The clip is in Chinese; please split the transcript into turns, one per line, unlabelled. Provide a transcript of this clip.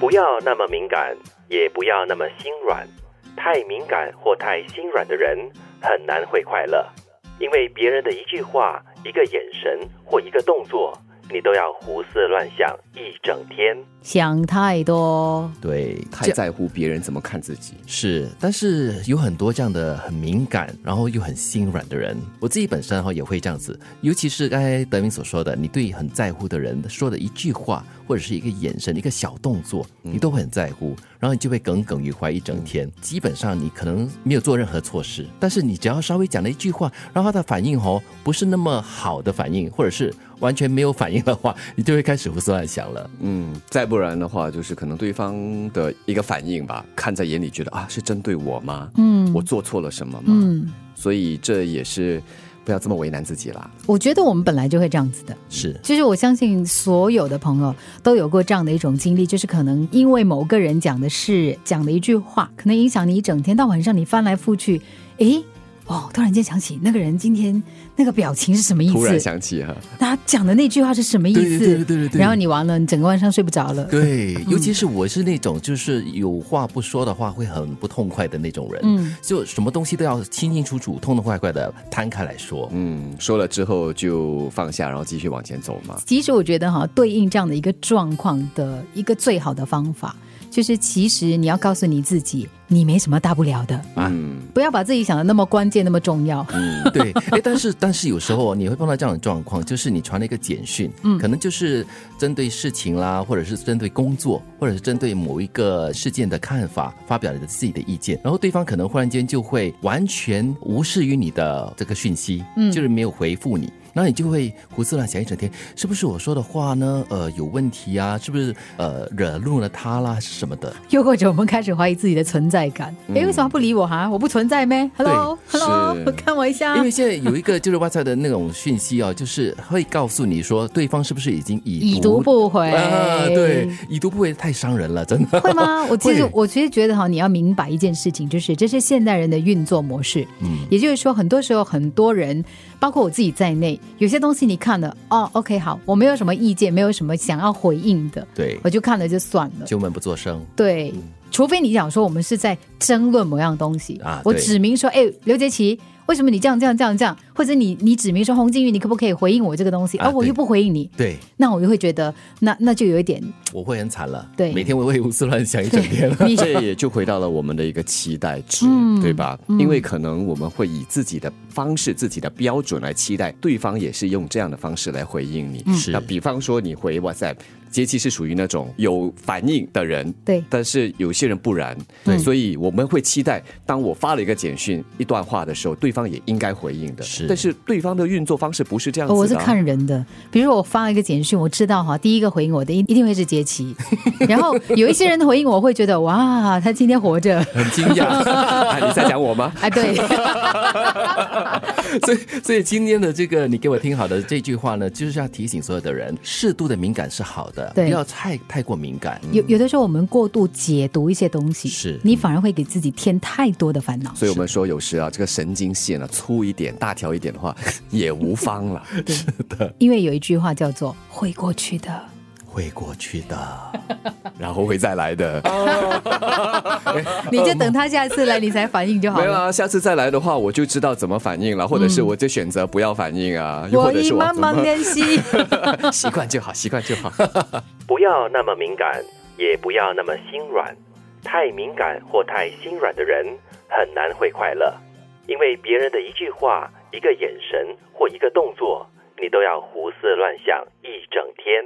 不要那么敏感，也不要那么心软。太敏感或太心软的人很难会快乐，因为别人的一句话、一个眼神或一个动作，你都要胡思乱想一整天。
想太多，
对，
太在乎别人怎么看自己。
是，但是有很多这样的很敏感，然后又很心软的人。我自己本身哈也会这样子，尤其是刚才德明所说的，你对很在乎的人说的一句话，或者是一个眼神、一个小动作，你都会很在乎，然后你就会耿耿于怀一整天。基本上你可能没有做任何措施，但是你只要稍微讲了一句话，然后他的反应哦不是那么好的反应，或者是完全没有反应的话，你就会开始胡思乱想了。
嗯，再不然的话，就是可能对方的一个反应吧，看在眼里，觉得啊是针对我吗？
嗯
我做错了什么吗？
嗯，
所以这也是不要这么为难自己啦。
我觉得我们本来就会这样子的。
是，
就是我相信所有的朋友都有过这样的一种经历，就是可能因为某个人讲的事、讲的一句话，可能影响你一整天，到晚上你翻来覆去，诶，哦，突然间想起那个人今天那个表情是什么意
突然
思？
想起哈，
他讲的那句话是什么意思？
对对对对对
然后你完了，你整个晚上睡不着了。
对，尤其是我是那种就是有话不说的话会很不痛快的那种人，
嗯，
就什么东西都要清清楚楚、痛痛快快的摊开来说。
嗯，说了之后就放下，然后继续往前走嘛。
其实我觉得哈，对应这样的一个状况的一个最好的方法，就是其实你要告诉你自己，你没什么大不了的，
嗯
不要把自己想的那么关键、那么重要。
嗯，
对，哎，但是但是有时候你会碰到这样的状况，就是你传了一个简讯，嗯，可能就是针对事情啦，或者是针对工作，或者是针对某一个事件的看法，发表了自己的意见，然后对方可能忽然间就会完全无视于你的这个讯息，嗯，就是没有回复你。然后你就会胡思乱想一整天，是不是我说的话呢？呃，有问题啊？是不是呃惹怒了他啦？是什么的？
又或者我们开始怀疑自己的存在感，
嗯
诶，为什么不理我哈、我不存在咩？Hello，Hello，
是
看我一下
因。为现在有一个就是 WhatsApp 的那种讯息哦，就是会告诉你说对方是不是已经已
已读不回
啊，对，已读不回太伤人了，真的
哎会？ 吗？我其实
会
我其实觉得哈，你要明白一件事情，就是这是现代人的运作模式。
嗯，
也就是说，很多时候很多人，包括我自己在内，有些东西你看了，哦，OK，好，我没有什么意见，没有什么想要回应的，
对，
我就看了就算了。
就闷不作声。
对，
嗯
除非你想说我们是在争论某样东西，
啊
我
对
指明说，哎，刘杰奇，为什么你这样这样这样这样，或者你你指明说洪金玉，你可不可以回应我这个东西？
啊
而我
对
又不回应你，
对，
那我就会觉得，那那就有一点，
我会很惨了。
对
每天我会胡思乱 想一整天 了。
你
这也就回到了我们的一个期待值，
嗯
对吧？因为可能我们会以自己的方式、自己的标准来期待对方，也是用这样的方式来回应你。
嗯
是
那比方说你回 WhatsApp，杰奇是属于那种有反应的人，
对
但是有些人不然，
对
所以我们会期待，当我发了一个简讯、一段话的时候，对方也应该回应的。
是
但是对方的运作方式不是这样子的啊、
哦我是看人的，比如说我发了一个简讯，我知道哈，第一个回应我的一一定会是杰 奇，然后有一些人的回应我会觉得，哇，他今天活 着，
很惊讶、 啊，你在讲我吗？
哎，对，
所以，所以今天的这个你给我听好的这句话呢，就是要提醒所有的人，适度的敏感是好的，
对
不要太太过敏感。
有有的时候我们过度解读一些东西，
是
你反而会给自己添太多的烦恼。
所以我们说，有时啊，这个神经线啊粗一点、大条一点的话，也无妨 了。
因为有一句话叫做“会过去的
会过去的，
然后会再来的。”，
你就等他下次来，你才反应就好
没有
了。
啊，下次再来的话，我就知道怎么反应了，或者是我就选择不要反应啊，又或者
已
是我
慢
怎么
慢练习。
习惯就好，习惯就好。
不要那么敏感，也不要那么心软。太敏感或太心软的人很难会快乐，因为别人的一句话、一个眼神或一个动作，你都要胡思乱想一整天。